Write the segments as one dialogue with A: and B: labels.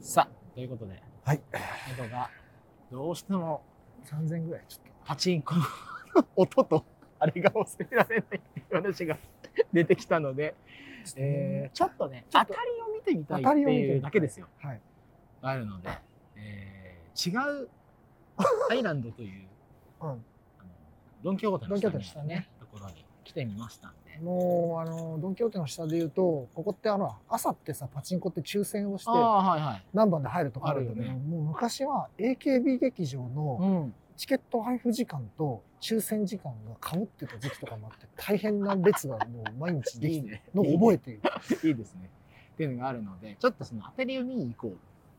A: さあ、ということで、
B: はい。
A: 猫がどうしても3000ぐらい、ちょっとパチンコの 音と、あれが忘れられないっていう話が出てきたので、えーちょっとね、
B: ちょ
A: 当
B: っと
A: たりを見てみたいっ
B: 当た
A: て
B: りを見てみた
A: い
B: いう
A: だけですよ。
B: はい。
A: あるので、えー違 うアイランドという、
B: うん
A: あのドン・キホーテの下
B: ドンキホーテの下
A: に、ね
B: ね、
A: ところに来てみましたんで、
B: もう、あの、ドン・キホーテの下で言うと、ここってあの、朝ってさ、パチンコって抽選をして、
A: あーはいはい。
B: 何番で入るとかあるんだけ
A: あ
B: ど、
A: るよ
B: もう昔は AKB 劇場
A: う
B: の
A: ん、
B: チケット配布時間と抽選時間が被ってた時期とかもあって、大変な列がもう毎日で
A: いい
B: きて
A: ね。
B: のを覚えている。
A: いいですね。っていうのがあるので、ちょっとその当たりを見に行こう。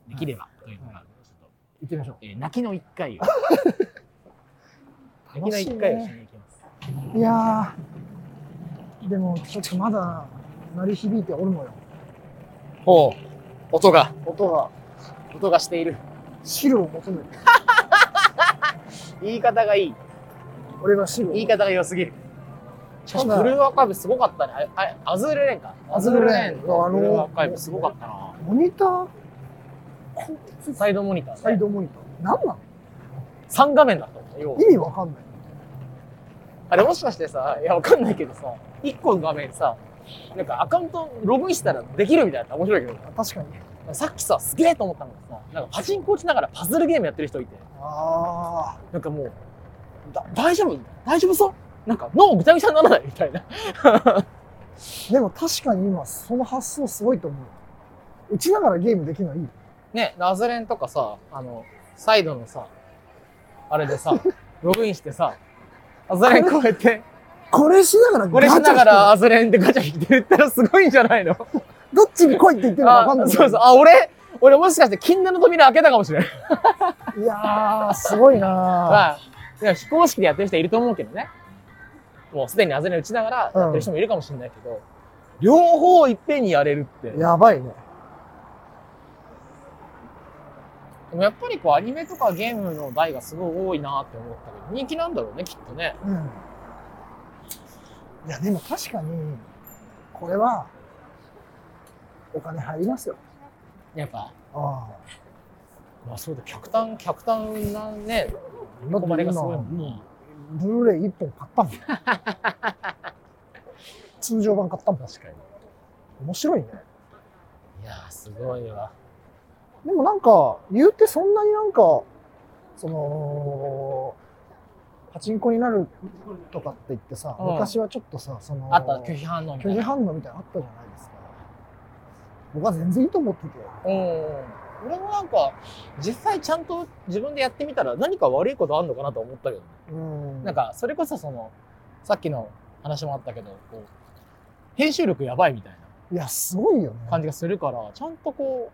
A: できれば、というのがあるので、ちょっと、
B: 行ってみましょ
A: えー泣きの一回 を、
B: う。
A: 泣きの一回をしに行きます。
B: いやー、でもちょっとまだ鳴り響いておるのよ。
A: ほう、音が、
B: 音が、
A: 音がしている。
B: 汁を求めてる。
A: 言い方がいい。
B: 俺が汁を。
A: 言い方が良すぎる。しかし、ブルーアーカイブすごかったね。あれ、あれアズールレーンか。
B: アズールレーン
A: の
B: あの
A: ブルーアーカイブすごかったな。
B: モニター、こ
A: サイドモニター、ね。
B: サイドモニター。何なの
A: 3画面だったもん要は
B: 意味わかんない。
A: あれもしかしてさ、いや、わかんないけどさ、1個の画面さ、なんかアカウントログインしたらできるみたいなの面白いけ
B: 確かに。
A: ど、さっきさ、すげえと思ったのがさ、なんかパチンコ打ちながらパズルゲームやってる人いて、
B: あ
A: なんかもう、だ大丈夫大丈夫そうなんか脳ぐちゃぐちゃにならないみたいな。
B: ー。でも確かに今、その発想すごいと思う。打ちながらゲームできるのはいい。
A: ね、ナズレンとかさ、あの、サイドのさ、あれでさ、 ログインしてさ、アズレンこうやって、
B: これしながら
A: これしながら
B: ガチャ引
A: アズレンでガチャ引いてるったらすごいんじゃ ないの
B: くのどっちに来いって言ってるのかわかんな
A: あ
B: い。
A: そうそう。あ、俺、俺もしかして禁断の扉開けたかもしれない。
B: う。いやー、すごいな
A: まあ、いや非公式でやってる人いると思うけどね。もうすでにあずれ打ちながらやってる人もいるかもしれないけど、両方いっぺんにやれるって。
B: ー。やばいね。
A: でもやっぱりこうアニメとかゲームの台がすごい多いなって思ったけど、人気なんだろうね、きっとね。
B: うんいやでも確かにこれはお金入りますよ。
A: やっぱ、
B: あ
A: まあそうだ、客単、客単なね、
B: あ、
A: ここまでがすごいもん
B: 今
A: ね。
B: ブルーレイ1本買っ たもん。通常版買ったもん。
A: 確かに。
B: 面白いね。
A: いやー、すごいわ。
B: でもなんか言うてそんなになんかそのパチンコになるとかって言ってさ、
A: うん
B: 昔はちょっとさその
A: あとは拒否反応みた
B: 拒
A: い
B: 否
A: な。
B: 反応みたいなのあったじゃないですか。僕は全然いいと思ってて。
A: うん。俺もなんか、実際ちゃんと自分でやってみたら何か悪いことあんのかなと思ったけどね。
B: うん
A: なんか、それこそその、さっきの話もあったけど、こう、編集力やばいみたい
B: いやすごいよね
A: な。感じがするから、ちゃんとこ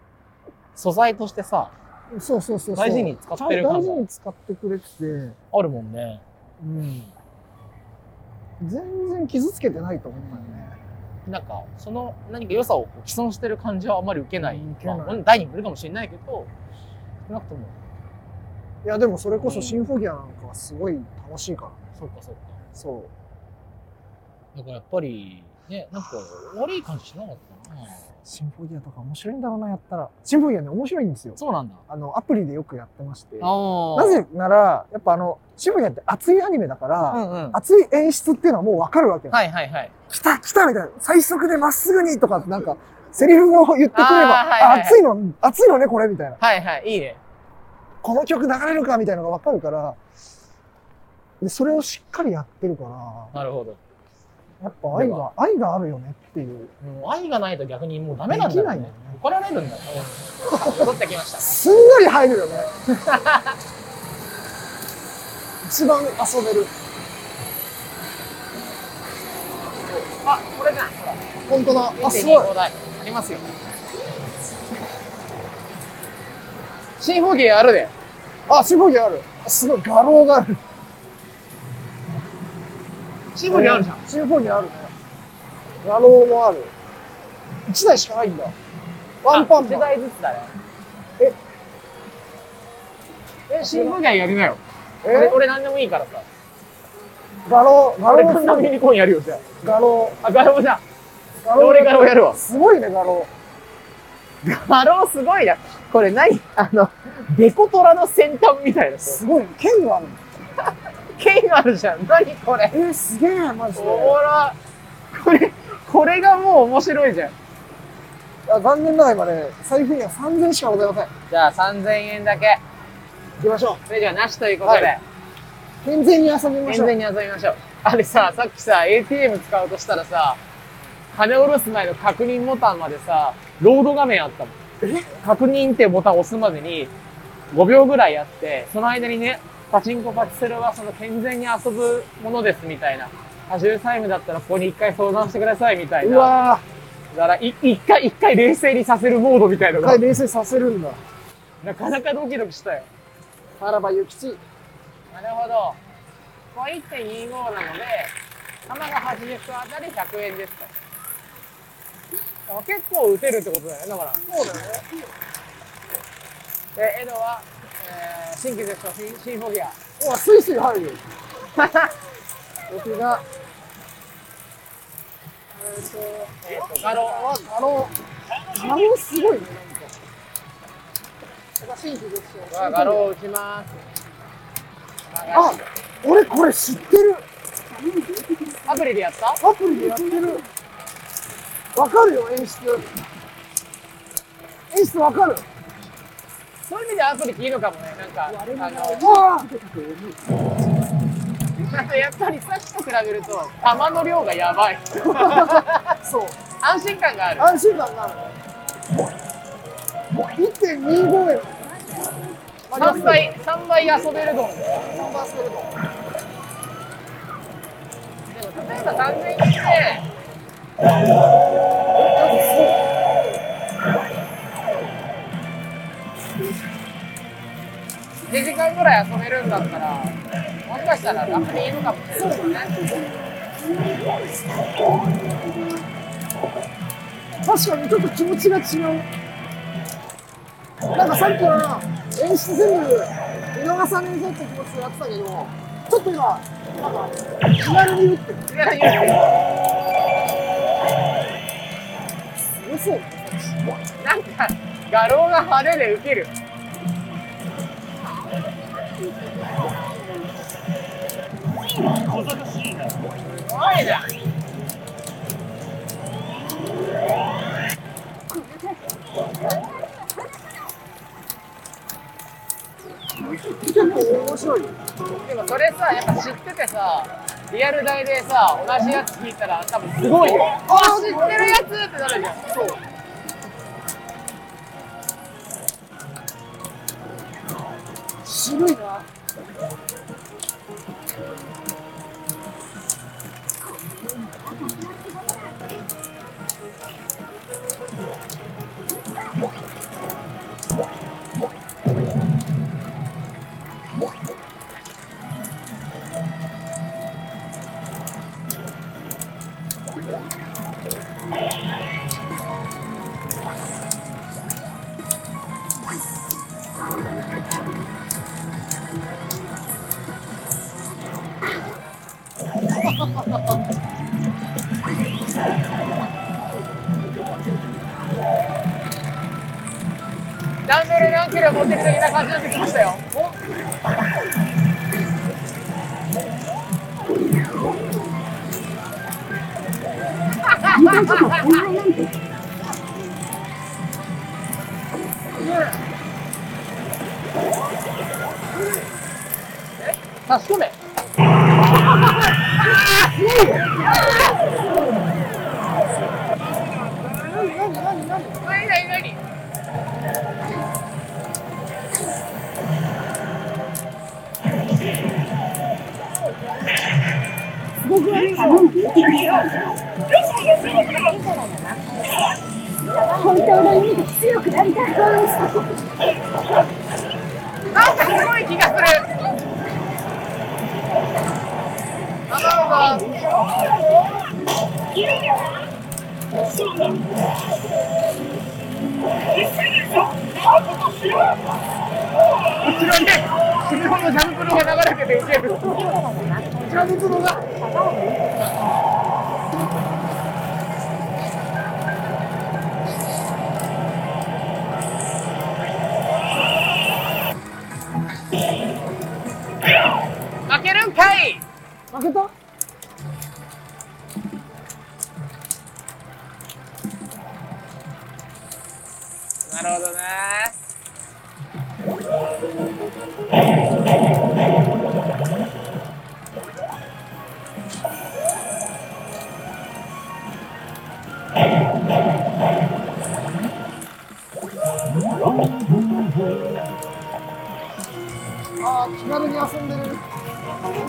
A: う、素材としてさ、
B: そうそうそうそう。
A: 大事に使ってる
B: 大
A: 感
B: 事
A: が
B: に使ってくれてて、
A: あるもんね。
B: うん。全然傷つけてないと思うんだよね。
A: なんか、その何か良さをこう既存してる感じはあんまり受けない。
B: 受けない
A: まあ、第二もいるかもしれないけど、少なくとも、
B: いや、でもそれこ
A: う
B: そ
A: ん
B: シンフォギアなんかはすごい楽しいから。
A: そうかそうか。
B: そ
A: だからやっぱり、ね、なんか悪い感じしなかったな。
B: う。シンフォギアとか面白いんだろうな、やったら。シンフォギアね、面白いんですよ。
A: そうなんだ。
B: あの、アプリでよくやってまして。
A: あ
B: なぜなら、やっぱあの、シンフォギアって熱いアニメだから、
A: うんうん。
B: 熱い演出っていうのはもうわかるわけよ。
A: はいはいはい。
B: 来た来たみたいな。最速でまっすぐにとか、なんか、セリフを言ってくれ
A: あー
B: ば、
A: はいはいはい
B: あ熱いの、熱いのね、これみたいな。
A: はいはい、いいね。
B: この曲流れるかみたいなのが分かるから、でそれをしっかりやってるから、
A: なるほど。
B: やっぱ愛が、愛があるよねっていう。
A: もう愛がないと逆にもうダメなんだ
B: で
A: よ
B: きないよ
A: ね
B: ね。
A: 怒られるんだよね。戻ってきました。
B: すんなり入るよね。 一番遊べる。
A: あ、これだ。
B: 本当だ。あ、
A: あ、
B: す
A: す
B: ご
A: ご
B: い。
A: い。ありますよ。新風景あるで。
B: あ、シンフォギアある。あすごい。画廊がある。
A: 新風景あるじゃん。
B: ん。シンフォギアあるね。画廊もある。一台しかないんだ。ワンパン
A: 世
B: マン。
A: 代ずつだね。
B: え
A: え、新風景やりなよ。俺、
B: え
A: 俺何でもいいからさ。
B: 画廊、画
A: 俺、
B: 廊
A: ガ
B: すご
A: ラ
B: い
A: ミ
B: ね
A: ニコーンやるよ、じゃ
B: 画廊。
A: あ。あ、ガロじゃん。
B: 画
A: 俺ガロやるわ
B: すごいね、画廊。
A: ガロすごいな。これ何あの、デコトラの先端みたいな。
B: すごい、剣がある。
A: 剣あるじゃん。何これ。
B: えー、すげえ、マジで。
A: ほら。これ、これがもう面白いじゃん。
B: あ残念ながら今ね、財布には3000しかございません。
A: じゃあ3000円だけ。
B: 行きましょ
A: それじゃあなしということ
B: は
A: で、
B: う。健全に遊びまし
A: 健
B: ょう。
A: 全に遊びましょう。あれさ、さっきさ、ATM 使おうとしたらさ、金下ろす前の確認ボタンまでさ、ロード画面あったもん。確認ってボタン押すまでに5秒ぐらいあって、その間にね、パチンコパチスロはその健全に遊ぶものですみたいな。多重債務だったらここに一回相談してくださいみたいうな。
B: わ
A: だから、い一回一回冷静にさせるモードみたいな
B: ー、
A: の
B: 一
A: が
B: 回、冷静させるんだ。
A: なかなかドキドキしたよ。
B: さらば諭吉。
A: なるほど。これ1.25なので、玉が80個あたり100円ですと。あ結構打てるってことだよね、だから。
B: そうだね。
A: で、エドは、えー、新規絶唱シンシンフォギア。
B: うわ、スイスイ入るよ。 僕が、えっ、ー、と、
A: えっと、ガロ
B: ああの、あのすごいね、なんか。新規です
A: ーはガロー打ちます。
B: あ、俺これ知ってる。
A: アプリでやった
B: アプリでやってる。わかるよ、演出。演出わかる。
A: そういう意味でアプリっていいのかもね、なんか、あの、
B: うわあ
A: なんかやっぱりさっきと比べると、球の量がやばい。
B: そう、
A: 安心感がある。
B: 安心感がある。1.25円。
A: 3倍、3倍遊べるドン。
B: 3倍すると。
A: でも例えば単純にね、1時間ぐらい遊べるんだったら、もしかしたら楽にいいのかもしれないですね。
B: 確かにちょっと気持ちが違う。なんかさっきは演出全部見逃さねえぞって気持ちでやってたけど、ちょっと今、なんか気軽に打ってる。
A: いやいや
B: 強そうだね
A: なんか、画廊が派手でウケる。すごいじゃん。
B: 結構面白いよ。
A: でもそれさ、やっぱ知っててさ、リアル台でさ、同じやつ聞いたら、多分すごいよ。あ、知ってるやつってなるじゃん。そう。
B: 渋いな。
A: ダンベル何キロ持ってきたみな感じになってきましたよ。え差し込め。
B: 何何何何
A: 何何何
B: すごくないですか
C: 本当の意味で強くなりたい。
A: なんかすごい気がする。卵が後ろに死ぬほどジャムプロが流れててウケる。ジャムプロが。
B: すごい。負けた
A: なるほどね。
B: ああ、気軽に遊んでる。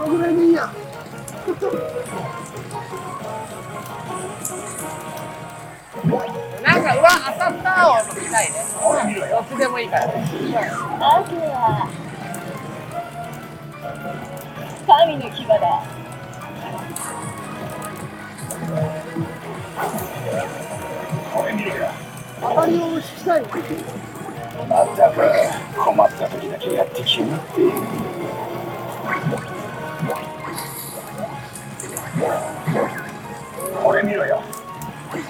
B: このぐらいでいいや。
A: なんか、うわ、当たったを見たいね。どっちでもいいから。
C: まずは神の牙だ
B: 当たりを引きたい。
D: まったく困った時だけやってきやがってこれ見ろよ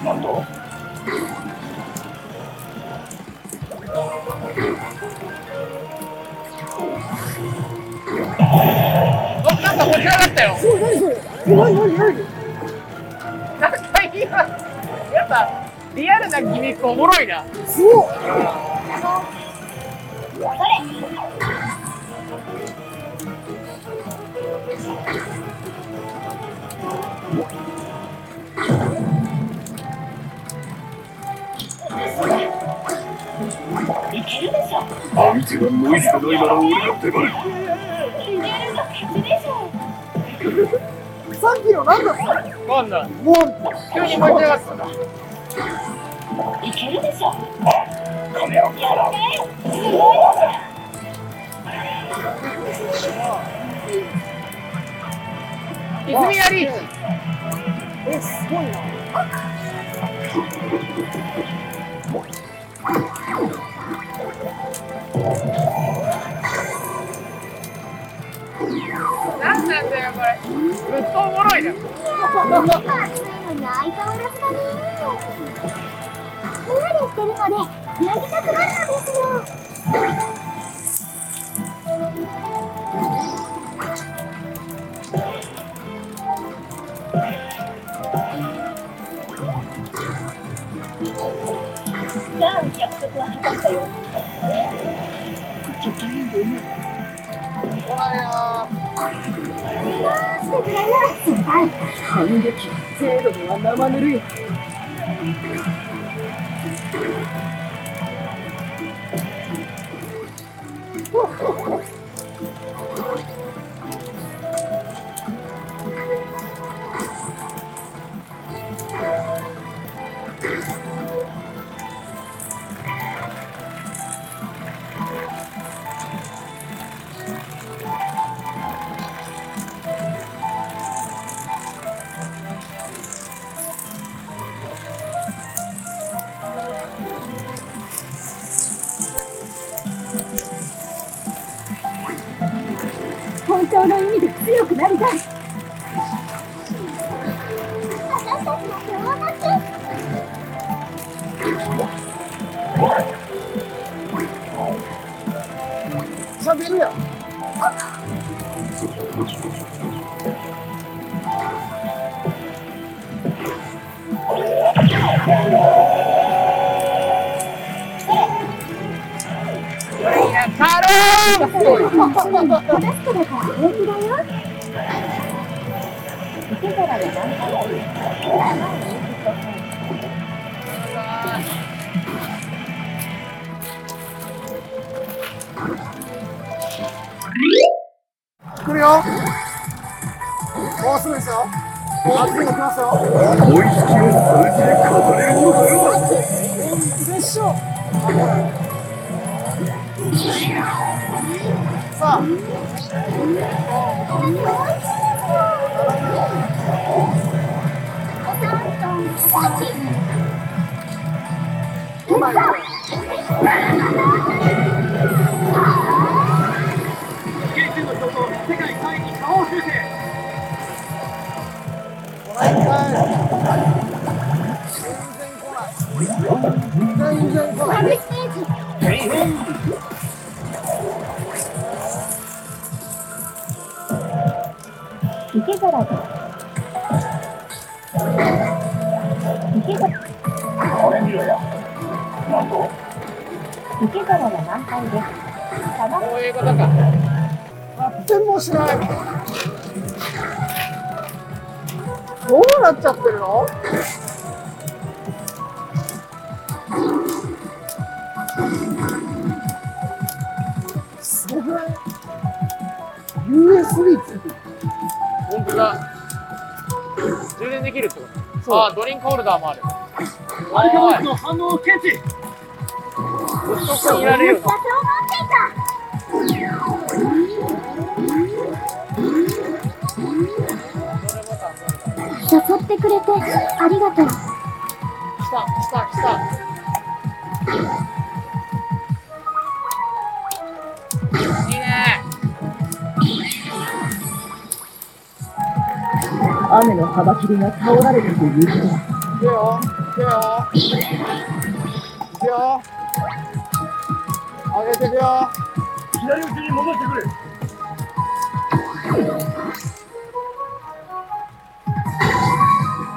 D: なんだ
A: おなんか持ち上がったよ。
B: そう、何それ。え、何、何、何。
A: なんか今、やっぱ、リアルなギミックおもろいな。
B: すごっ。
C: いけるでしょ
D: 相手がノイズがないなら俺が出番
C: いけるの勝ちでしょ
B: 3キロなんだったの
A: 今度、
B: もう、
A: 急に持ち上がったんだ。
C: いけるでしょ
D: 金を払う
C: すごいでしょ
A: 泉やり。
B: え、すごいな。
A: なんなんだよ、これ。ずっとおもろいな。
C: 暑いのに相変わらずだね。ふんわりしてるので、投げたくなるのですよ。さあ、約束は果たしたよ。
B: おられや
C: してくれる。はい。
B: 反撃。精度が生ぬるい。
C: 本当の意味で強くなりたい。私たちの共和国。
B: 喋るやん。
A: いや、カローンすごい。
C: 一緒に話してだから平気だよ。だからね、何回も言ったら前に行くと
B: 来るよ。もうすぐですよ。もうすぐ来ますよ。
D: 追いつきを数字で語れるのだよ
B: でしょさあ来ない全然来ない全然来ない
D: 俺
C: ヒゲゾロリヒゲゾロ
D: これ見ろよなんだ
C: ヒゲゾロが満開です卵
A: こういうことか。
B: 全もしないどうなっちゃってるのすごくない USB ついてる
A: 本当だ。充電できるってこと
B: そう
A: あー、ドリンクホルダーもある。
B: アルカモッ
A: お
B: クの反応を検
A: い
B: 知
A: ずっとここにいられるの。
E: 誘ってくれてありがとう。
A: 来た、来た、来た。いいね。
F: 雨の幅切りが倒られるということは、
B: いくよいくよいくよ上げていくよ
D: 左打ちに戻してくれ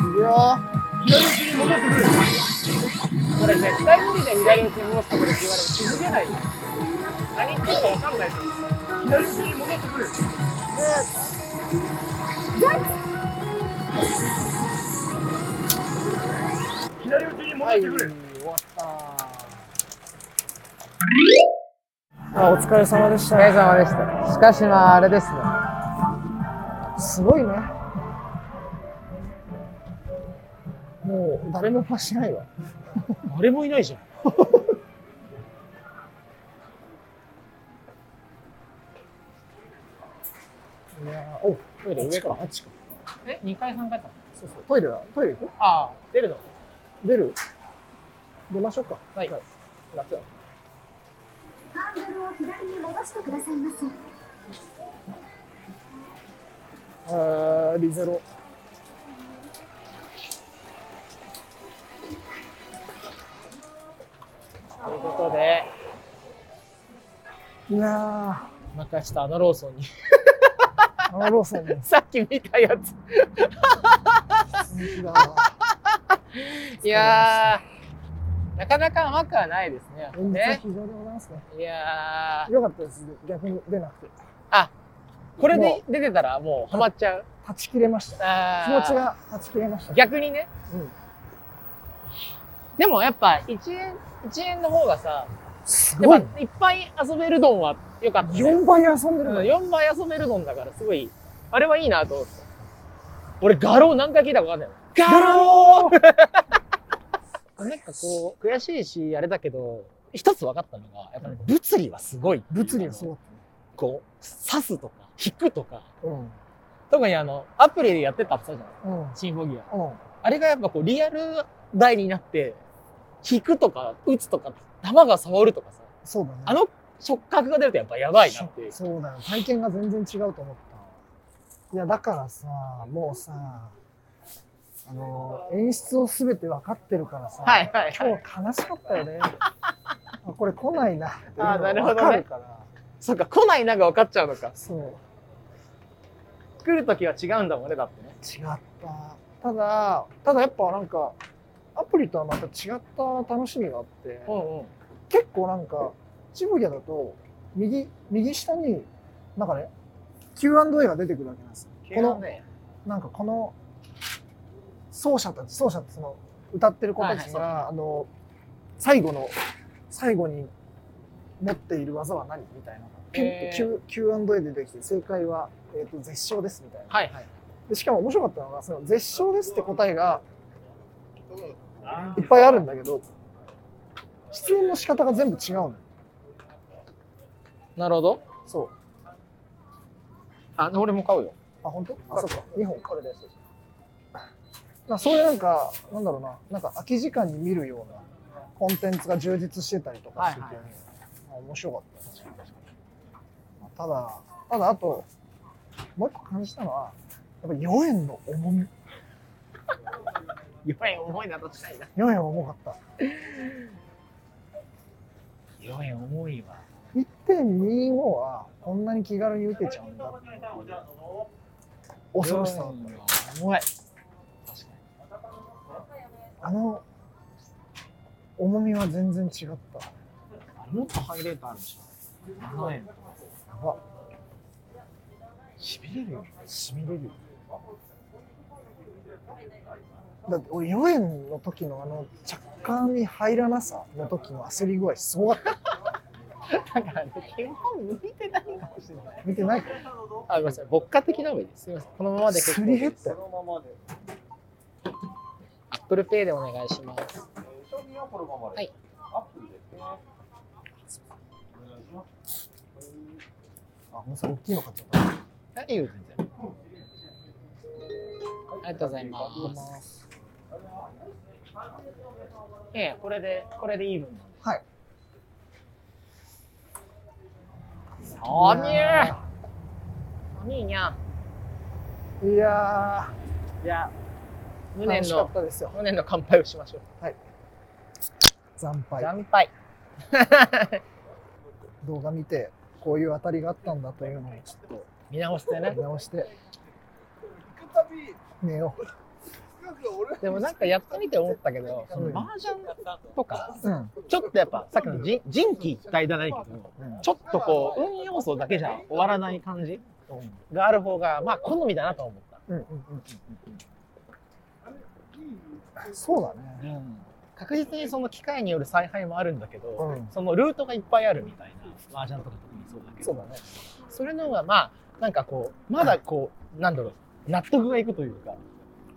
B: いくよ
A: これ絶対無理で左打ちに戻すところって言われて気づけないよ何言ってるか分かんないですは
D: 左打ちに戻し
A: い
D: てくれ
A: 終わった
B: あお疲れ様でし
A: お
B: た
A: 疲れ様でした。しかしまあ、あれですね。
B: すごいねもう誰もファしないわ
A: 誰もいないじゃん。
B: いやーお
A: トイレ上か。
B: あっちか
A: え、2階3階だっ
B: そうそうトイレだトイレ行く
A: たああ、出るの
B: 出る出ましょうか
A: はい。
B: 夏は
E: ハンドルを左に戻してくださいませ。
B: あーリゼロ
A: ということで、
B: いや
A: またしたあのローソンに。
B: ーあのローソンの
A: さっき見たやつ。
B: 続きだな い
A: やー、なかなか甘くはないですね。
B: 演日は
A: ね
B: 非常でございますね
A: いやー、
B: よかったです逆に出なくて
A: これで出てたらもうハマっちゃう。
B: 断ち切れました
A: あ
B: 気
A: ー
B: 持ちが断ち切れました
A: 逆にね、
B: うん
A: でもやっぱ1円1円の方がさ
B: す
A: や
B: ご
A: っ
B: い
A: ぱいっぱい遊べるドンは良かった、ね
B: 4倍遊んで
A: う
B: る
A: ん、
B: の
A: 4倍遊べるドンだからすごいあれはいいなと思って俺画廊何回聞いたか分かんない
B: ガロー
A: なんかこう悔しいしあれだけど一つ分かったのがやっぱ、ね、物理はすごい
B: 物理はそう
A: こう刺すとか引くとか
B: だうん
A: 特にあのアプリでやってたって言ったじゃ
B: うん
A: んシンフォギア
B: うん
A: あれがやっぱこうリアル台になって引くとか打つとか弾が触るとかさ
B: そうだね
A: あの触覚が出るとやっぱやばいなっていう。
B: そうだよ体験が全然違うと思ったいやだからさもうさあの演出を全て分かってるからさ、
A: はいはいはい。
B: 今日悲しかったよ ねあこれ来ないなっていう
A: あーなるほ
B: のが
A: どね
B: 分かるから
A: そっか、来ないなが分かっちゃうのか。
B: そう
A: 来るときは違うんだもんね、だってね。
B: 違ったただただやっぱなんかアプリとはまた違った楽しみがあって、
A: うんうん。
B: 結構なんかチブギャだと右右下になんかね Q&A が出てくるわけなんですよこの
A: ね。
B: なんかこの奏者たち奏者ってその歌ってる子たちが、あの最後の最後に持っている技は何みたいなピュ
A: へ
B: ッ
A: ー
B: と Q- Q&A で出てきて正解は、えー、と絶唱ですみたいな
A: はいはい。
B: でしかも面白かったのがその絶唱ですって答えがいっぱいあるんだけど質問の仕方が全部違うのよ
A: なるほど。
B: そう
A: あ、俺も買うよ。
B: あ、本当？あ、そっか。二本これです。まあそういうなんかなんだろうな、なんか空き時間に見るようなコンテンツが充実してたりとかしてて、
A: はいはい
B: まあ面白かったです。まあただただあともう一個感じたのはやっぱ4円の重み、
A: やばい、重いな、確かにな。
B: 4円重かった。
A: 弱い、重いわ。
B: 1.25はこんなに気軽に打てちゃうんだっていう。恐ろしさだったね
A: 重い。確かに。
B: あの重みは全然違ったや
A: あれもっとハイレートあるでしょ。7円とか。
B: ば
A: しびれるよ。
B: しみれるよだって俺4円の時のあの着火に入らなさの時の焦り具合すごかった
A: だからね、基本向いてないかもしれない。
B: 見てない
A: あ、ごめんなさい。牧歌的な上です。すみません。このままで
B: すり減ったよ
A: アップルペイでお願いします。はい。
B: あほんと大きいの買っちゃった
A: 何言うてんじゃん。ありがとうございます。ええ、これで、これでイーブンなんで。
B: はい
A: おに
B: い
A: ゃ
B: や
A: ーおにいにゃ
B: ーいや
A: ーじゃあ、無
B: ー
A: 念
B: 楽しか
A: の
B: っ、たですよ
A: 無念の乾杯をしましょう。
B: 惨敗
A: 乾杯。
B: 動画見てこういう当たりがあったんだというのをちょっ
A: 見直して
B: と
A: ね
B: 見。直して寝よう
A: でもなんかやってみて思ったけど、その麻雀とか、
B: うん
A: ちょっとやっぱさっきの人人気一体じゃないけど、
B: うん
A: ちょっとこう、運要素だけじゃ終わらない感じ
B: うん
A: がある方が、まあ好みだなと思った。
B: うんうんうんうんうんそうだね
A: 確実にその機械による采配もあるんだけど、
B: うん
A: そのルートがいっぱいあるみたいな、麻雀とか特にそうだけど、
B: そうだね
A: それの方がまあ、なんかこう、まだこう、なんだろう、納得がいくというか、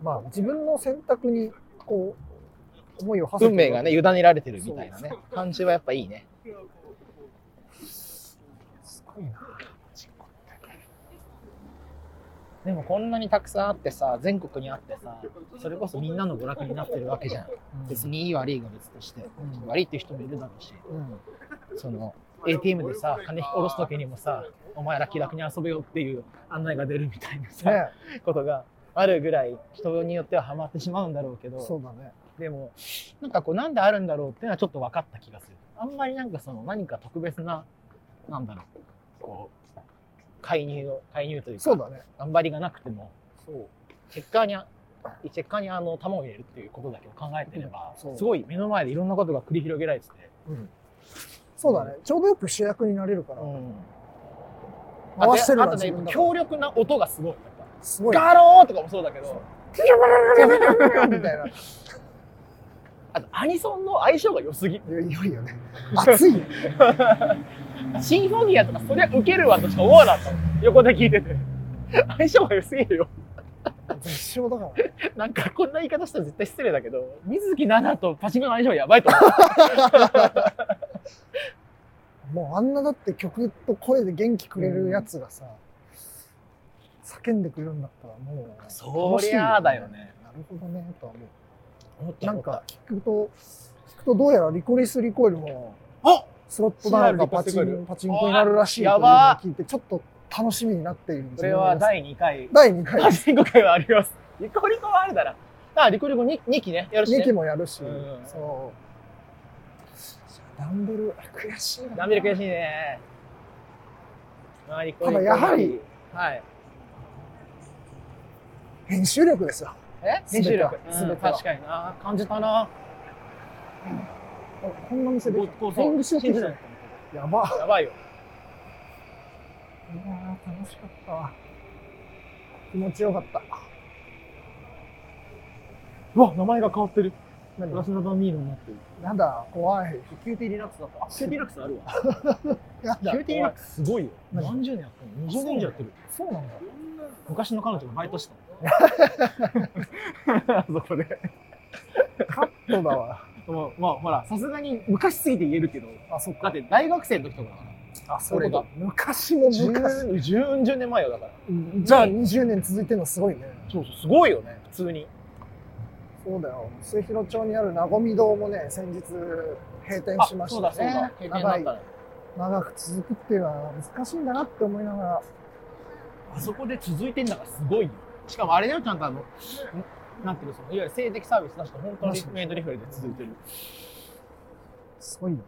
B: まあ自分の選択にこう思いを馳せて
A: 運命がね、委ねられてるみたいなね、感じはやっぱいいね。
B: すごいな
A: でもこんなにたくさんあってさ全国にあってさそれこそみんなの娯楽になってるわけじゃん別にいい悪いが別として
B: うん
A: 悪いっていう人もいるだろうし
B: うん
A: その ATM でさ金引き下ろす時にもさお前ら気楽に遊べよっていう案内が出るみたいなさ、
B: ね
A: ことがあるぐらい人によってはハマってしまうんだろうけ
B: そ
A: ど
B: うだね
A: でもなんかこうなんであるんだろうっていうのはちょっと分かった気がするあんまりなんかその何か特別ななんだろうこう介入を介入というか
B: そうだね
A: 頑張りがなくても
B: そう
A: チェッカーにあ、チェッカーにあの、球を入れるっていうことだけを考えてれば、
B: そう
A: すごい目の前でいろんなことが繰り広げられてて、
B: うんそうだねちょうどよく主役になれるから
A: ん。あ
B: 回してる
A: であ
B: の
A: と
B: は自
A: ね
B: 分、だから
A: 強力な音がすごい。やっ
B: すご
A: ぱ
B: い
A: ガローとかもそうだけど、
B: みたいな
A: あとアニソンの相性が良すぎ。
B: いやいよいよね熱いよ
A: シンフォニアとか、そりゃウケるわとしか思わなかった。横で聞いてて。相性が良すぎるよ。
B: 絶唱だから
A: なんかこんな言い方したら絶対失礼だけど、水木奈々とパチンコの相性はやばいと思う。
B: もうあんなだって曲と声で元気くれるやつがさ、叫んでくれるんだったらもう
A: そりゃあだよね。
B: なるほどねとは思
A: 思っ
B: う
A: た
B: なんか、聞くと聞くとどうやらリコリス・リコイルも
A: あ
B: スロットダウン
A: シナ
B: が
A: リオ
B: パチ
A: リコリスリコイ
B: ン
A: ル
B: パチンコになるらしいというのを
A: やば
B: 聞いてちょっと楽しみになっている
A: これは第2回
B: 第2回
A: パチンコ会はあります。リコリコはあるだら。あ、リコリコ 2, 二期ね。よろしい、
B: 2
A: ね。
B: 期もやるし、
A: うん
B: そうダンベル悔しいな
A: ダンベル悔しいね。まあ、リコリ
B: た
A: コ。
B: だやはり。
A: はい。
B: 編集力ですよ
A: え
B: 全
A: 編
B: て
A: 集力。
B: 全ては
A: うん確かにな。感じたな。
B: あこんな店で
A: ごごそう
B: 編集
A: 信
B: 力
A: じない
B: やば
A: やばいよ。
B: いやー楽しかったわ気持ちよかった
A: うわ、名前が変わってる。
B: 何
A: ラスナダミーノになってる。
B: やだ怖い
A: キューティーリラックスだった。あ、キューティーリラックスあるわ。
B: や
A: キュ
B: だ
A: ーティーリラックスすごいよ。
B: 何
A: 何十年やってるの ?20 年以上やってる。
B: そうなんだ
A: 昔の彼女がバイトしてたの。あ そこで。
B: カットだわ
A: もうまあ、ほら、さすがに昔すぎて言えるけど、
B: あそっ
A: だ
B: か
A: って大学生の時とかだから。
B: あ
A: それが
B: 昔も昔
A: 10 10年前よだから
B: じゃあ20年続いてるのすごいね
A: そうそうすごいよね普通に
B: そうだよ末広町にあるなごみ堂もね先日閉店しま
A: そ
B: し
A: うだ
B: た
A: そうだ
B: ね
A: 経験にな
B: 長
A: っ
B: い
A: たね
B: 長く続くっていうのは難しいんだなって思いながら
A: あそこで続いてんだからすごいよしかもあれだよちゃんとあのんなんていうのそのいわゆる性的サービスなしと本当にメイドリフレで続いてる
B: すごいよね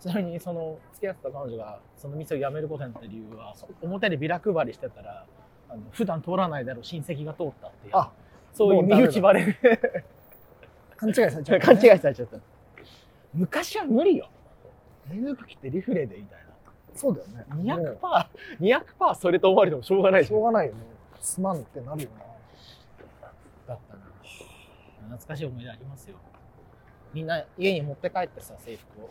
A: ちなみにその付き合ってた彼女がその店を辞めることになった理由はそ表でビラ配りしてたらあの普段通らないだろう親戚が通ったっていう
B: あ
A: そういう
B: もうダメ
A: 身
B: だ
A: 内バレで
B: 勘違いされちゃう、
A: 勘違いされちゃった昔は無理よ手ぬくきってリフレでみたい
B: そうだよね
A: な
B: も
A: 200%200%、200%それと思われてもしょうがな
B: う
A: い
B: しょうがないよねすまんってなるよな
A: だったな懐かしい思い出ありますよみんな家に持って帰ってさ制服を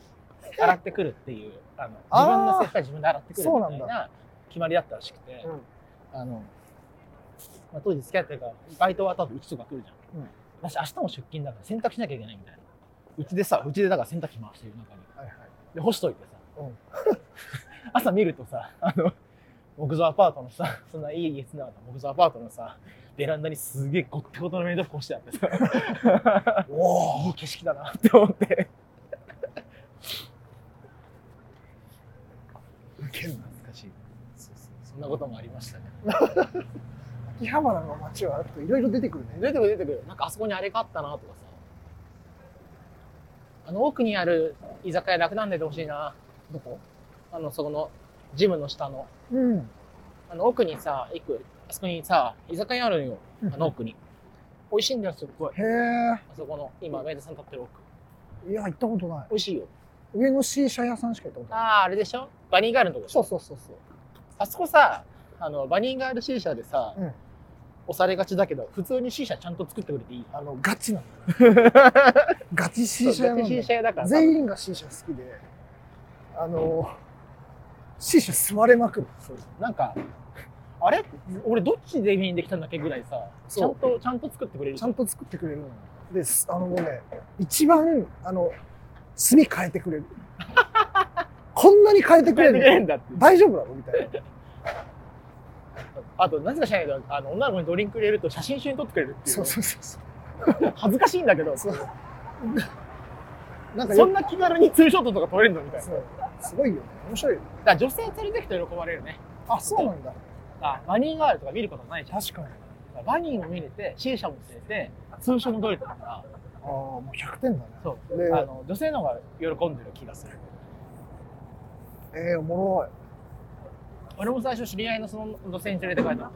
A: 洗ってくるっていうあの
B: あー
A: 自分の制服は自分で洗ってくる
B: そうなん
A: みたい
B: だ
A: な決まりだったらしくて、
B: うん
A: あの、まあ、当時付き合ってるからバイト終わった後うちとか来るじゃん、
B: うん
A: 私明日も出勤だから洗濯しなきゃいけないみたいなうちでさうちでだから洗濯機回してる中に
B: はいはい
A: で干しといてさ、
B: うん
A: 朝見るとさあの木造アパートのさそんないい家住んでなかった木造アパートのさベランダにすげえごってごとのメイド服干してあって さおお景色だなって思って懐かしいそうそうそんなこともありましたね
B: 秋葉原の街を歩くといろいろ出てくるね
A: 出てくる出てくるなんかあそこにあれがあったなとかさあの奥にある居酒屋なくなんでてほしいな
B: どこ
A: あのそこのジムの下の
B: うん
A: あの奥にさ、行く、あそこにさ、居酒屋あるのよ、あの奥に。美味しいんだよ、すっごい。
B: へえ
A: あそこの、今、メイドさん立ってる奥。
B: いや行ったことない
A: 美味しいよ。
B: 上の C 社屋さんしか行ったこ
A: あ
B: とない
A: あ、あれでしょバニーガールのとこでしょ
B: そうそうそうそう
A: あそこさ、あの、バニーガール C 社でさ、
B: うん
A: 押されがちだけど、普通に C 社ちゃんと作ってくれていい。
B: あのガチ なんだガチ C 社
A: そう
B: 屋
A: だって
B: なんだ
A: C 社だからさ。
B: 全員が C 社好きであの C 社座れまくる
A: そうなんか、あれ俺どっちでメインできたんだっけぐらいさ、ちゃんと、ちゃんと作ってくれる
B: ちゃんと作ってくれるのよですあのもうね一番あの墨変えてく れるこんなに変えてく
A: 作って
B: れ
A: くれ
B: る
A: るんだって。
B: の大丈夫なのみたいな
A: あと、なぜか知らないけど、あの、女の子にドリンク入れると写真一緒に撮ってくれるっていう
B: そう
A: ね。
B: そうそうそう
A: 恥ずかしいんだけど、
B: そうなんか
A: そ
B: よ
A: んな気軽にツーショットとか撮れるのみたいな。だか
B: そうすごいよね面白いよね
A: ら女性連れてきて喜ばれるね。
B: あそうなんだ
A: あ、バニーガールとか見ることないじゃん。
B: 確かに
A: バニーも見れて、シーシャも連れて、ツーショットも撮れてるから、
B: ああもう100点だね
A: そう。
B: で
A: あの、女性の方が喜んでる気がする。
B: えー、おも
A: 俺も最初知り合いのその女性に連れて帰ったの。
B: ろい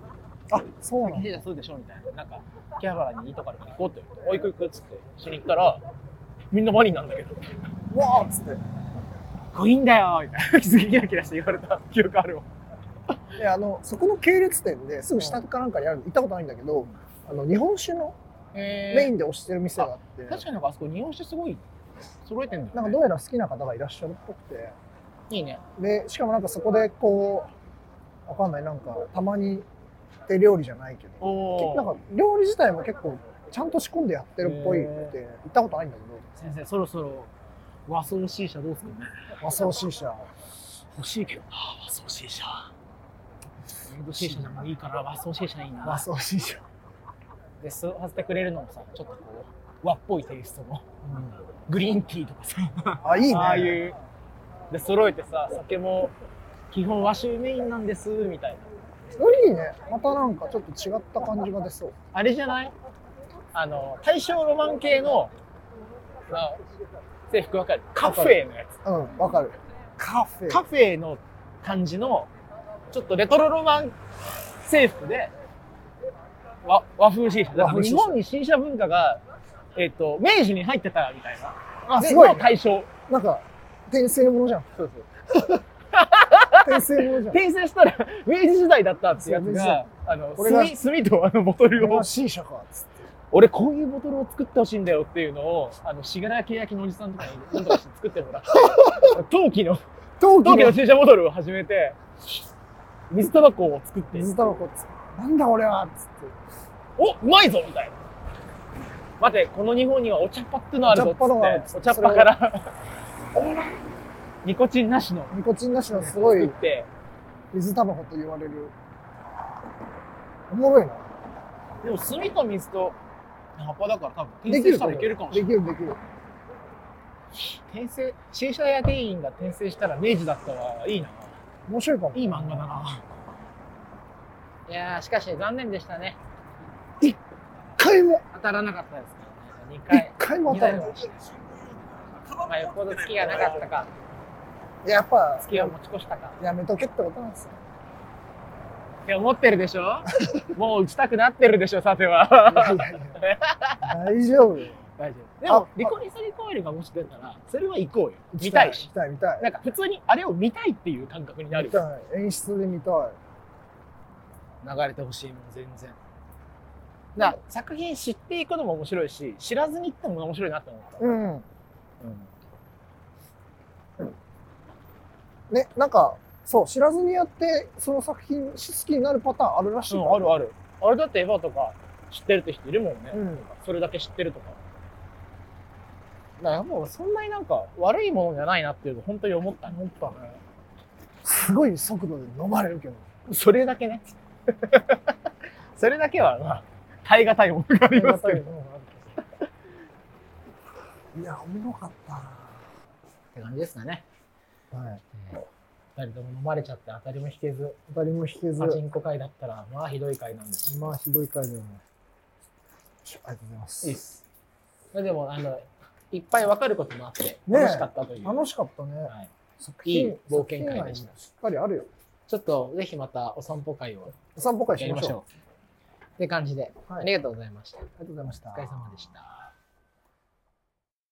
B: あそうなん
A: シ
B: だ
A: ーシャするでしょみたいな。なんか、秋葉原にいいとこあるから行こうって言って、おい行く行くっつって、しに行ったら、みんなバニーなんだけど、か
B: うわーっつって
A: っこいいんだよみたいな。 すげえキラキラして言われた記憶あるわ。
B: であのそこの系列店ですぐ下かなんかにある行ったことないんだけど、あの日本酒のメイ
A: メイン
B: ンで推してる店があって、
A: 確かになんかあそこ日本酒すごい揃えてんだよ、ね。
B: なんかどうやら好きな方がいらっしゃるっぽくて
A: いいね。
B: でしかもなんかそこでこうわかんないなんかたまに手料理じゃないけど
A: お
B: なんか料理自体も結構ちゃんと仕込んでやってるっぽいって行ったことないんだけ
A: 先生そろそろ和装 C 社どうすかね
B: ど和装 C 社
A: 欲しいけどな和装 C 社インド C 社でもいいから和装 C 社いい
B: 和
A: な
B: 装 C 社
A: で吸わせてくれるのもさちょっとこう和っぽいテイストの、グリーンティーとかさ
B: あいいね
A: ああいうで揃えてさ酒も基本和酒メインなんですみたいな
B: うんいいねまたなんかちょっと違った感じが出そう
A: あれじゃないあの大正ロマン系のあ制服わかるカフェのやつ
B: うんわかるカフェ
A: カフェの感じの、ちょっとレトロロマン制服で、和和風新車。だ
B: 和
A: から
B: 風
A: 日
B: 新車
A: 本に新車文化が、えっ、と、明治に入ってたみたいな。
B: あ
A: です
B: ごい
A: の対象。
B: なんか転生ものじゃん
A: そうそう。
B: 転生ものじゃん
A: 転生したら、明治時代だったってやつ
B: そう明治時
A: が
B: 代、
A: あの、
B: これが
A: 炭、炭とあのボトル
B: これ
A: を
B: は、C 社かつって
A: 俺こういうボトルを作ってほしいんだよっていうのを、あの、しがらけ焼きのおじさんとかに、なんとかして作って もらって、陶器の、
B: 陶
A: 陶器の
B: の
A: 新車ボトルを始めて、水タバコを作って、
B: 水タバコつってなんだ俺はつって
A: おうまいぞみたいな。待て、この日本にはお茶っ葉ってのあるぞっつ
B: お茶っ葉のある
A: って、お茶っ葉から、ニコチンなしの
B: ニコチンなしのすご
A: 作っ
B: い
A: て、
B: 水タバコと言われる。おもろいな。
A: でも炭と水と葉っぱだから多分
B: で
A: 転
B: き
A: 生
B: る
A: したらいけるかもしれない。
B: できるできる。
A: 転生、新車屋店員が転生したら明治だったわ。いいな。
B: 面白いかも。
A: いい漫画だな。いやー、しかし残念でしたね。
B: 一回も、
A: 当たらなかったですからね。2
B: 一
A: 回。
B: 回も当たらない。
A: まあ、よっぽど月がなかったか、
B: いややっぱ、
A: 月を持ち越したか。
B: やめとけってことなんですよ。
A: って思ってるでし ょもう打ちたくなってるでしょ、さては。
B: いやいやいや大丈夫よ。
A: 大丈夫。でも、リコリスリコイルがもし出たら、それは行こうよ。 見たいし
B: 見。たい、見たい。
A: なんか普通にあれを見たいっていう感覚になる
B: 見
A: よ。
B: たい。演出で見たい。
A: 流れてほしいもん、全然。な作品知っていくのも面白いし、知らずに行っても面白いなって思った。
B: うん。
A: うん
B: ね、なんか、そう、知らずにやって、その作品好きになるパターンあるらしいから
A: うん、あるある。あれだってエヴァとか知ってるって人いるもんね。
B: うん。
A: それだけ知ってるとか。だからもうそんなになんか悪いものじゃないなっていうの本当に思ったね。思ったね。
B: すごい速度で飲まれるけど。
A: それだけね。 それだけはまあ、耐え難いものがありますけど。
B: いや、おもろかったな
A: って感じですかね。
B: はい。
A: 二人とも飲まれちゃって当たりも引けず、
B: 二人も引けず
A: パ、チンコ会だったら、まあひどい会なんです。
B: まあ、ひどい回でも。ありがとうございます。
A: いいっす。それでも、あの、いっぱい分かることもあって、
B: ねえ
A: 楽しかったという。
B: 楽しかったね。
A: はい
B: 作
A: いい冒険会でした
B: 作品愛もしっかりあるよ。
A: ちょっと、ぜひまたお散歩会を
B: お散歩会
A: や
B: し
A: り
B: ま
A: ま
B: し
A: し
B: ょう。
A: ょう。って感じで、
B: はい
A: ありがとうございました。
B: ありがとうございました
A: お疲。れ様でした。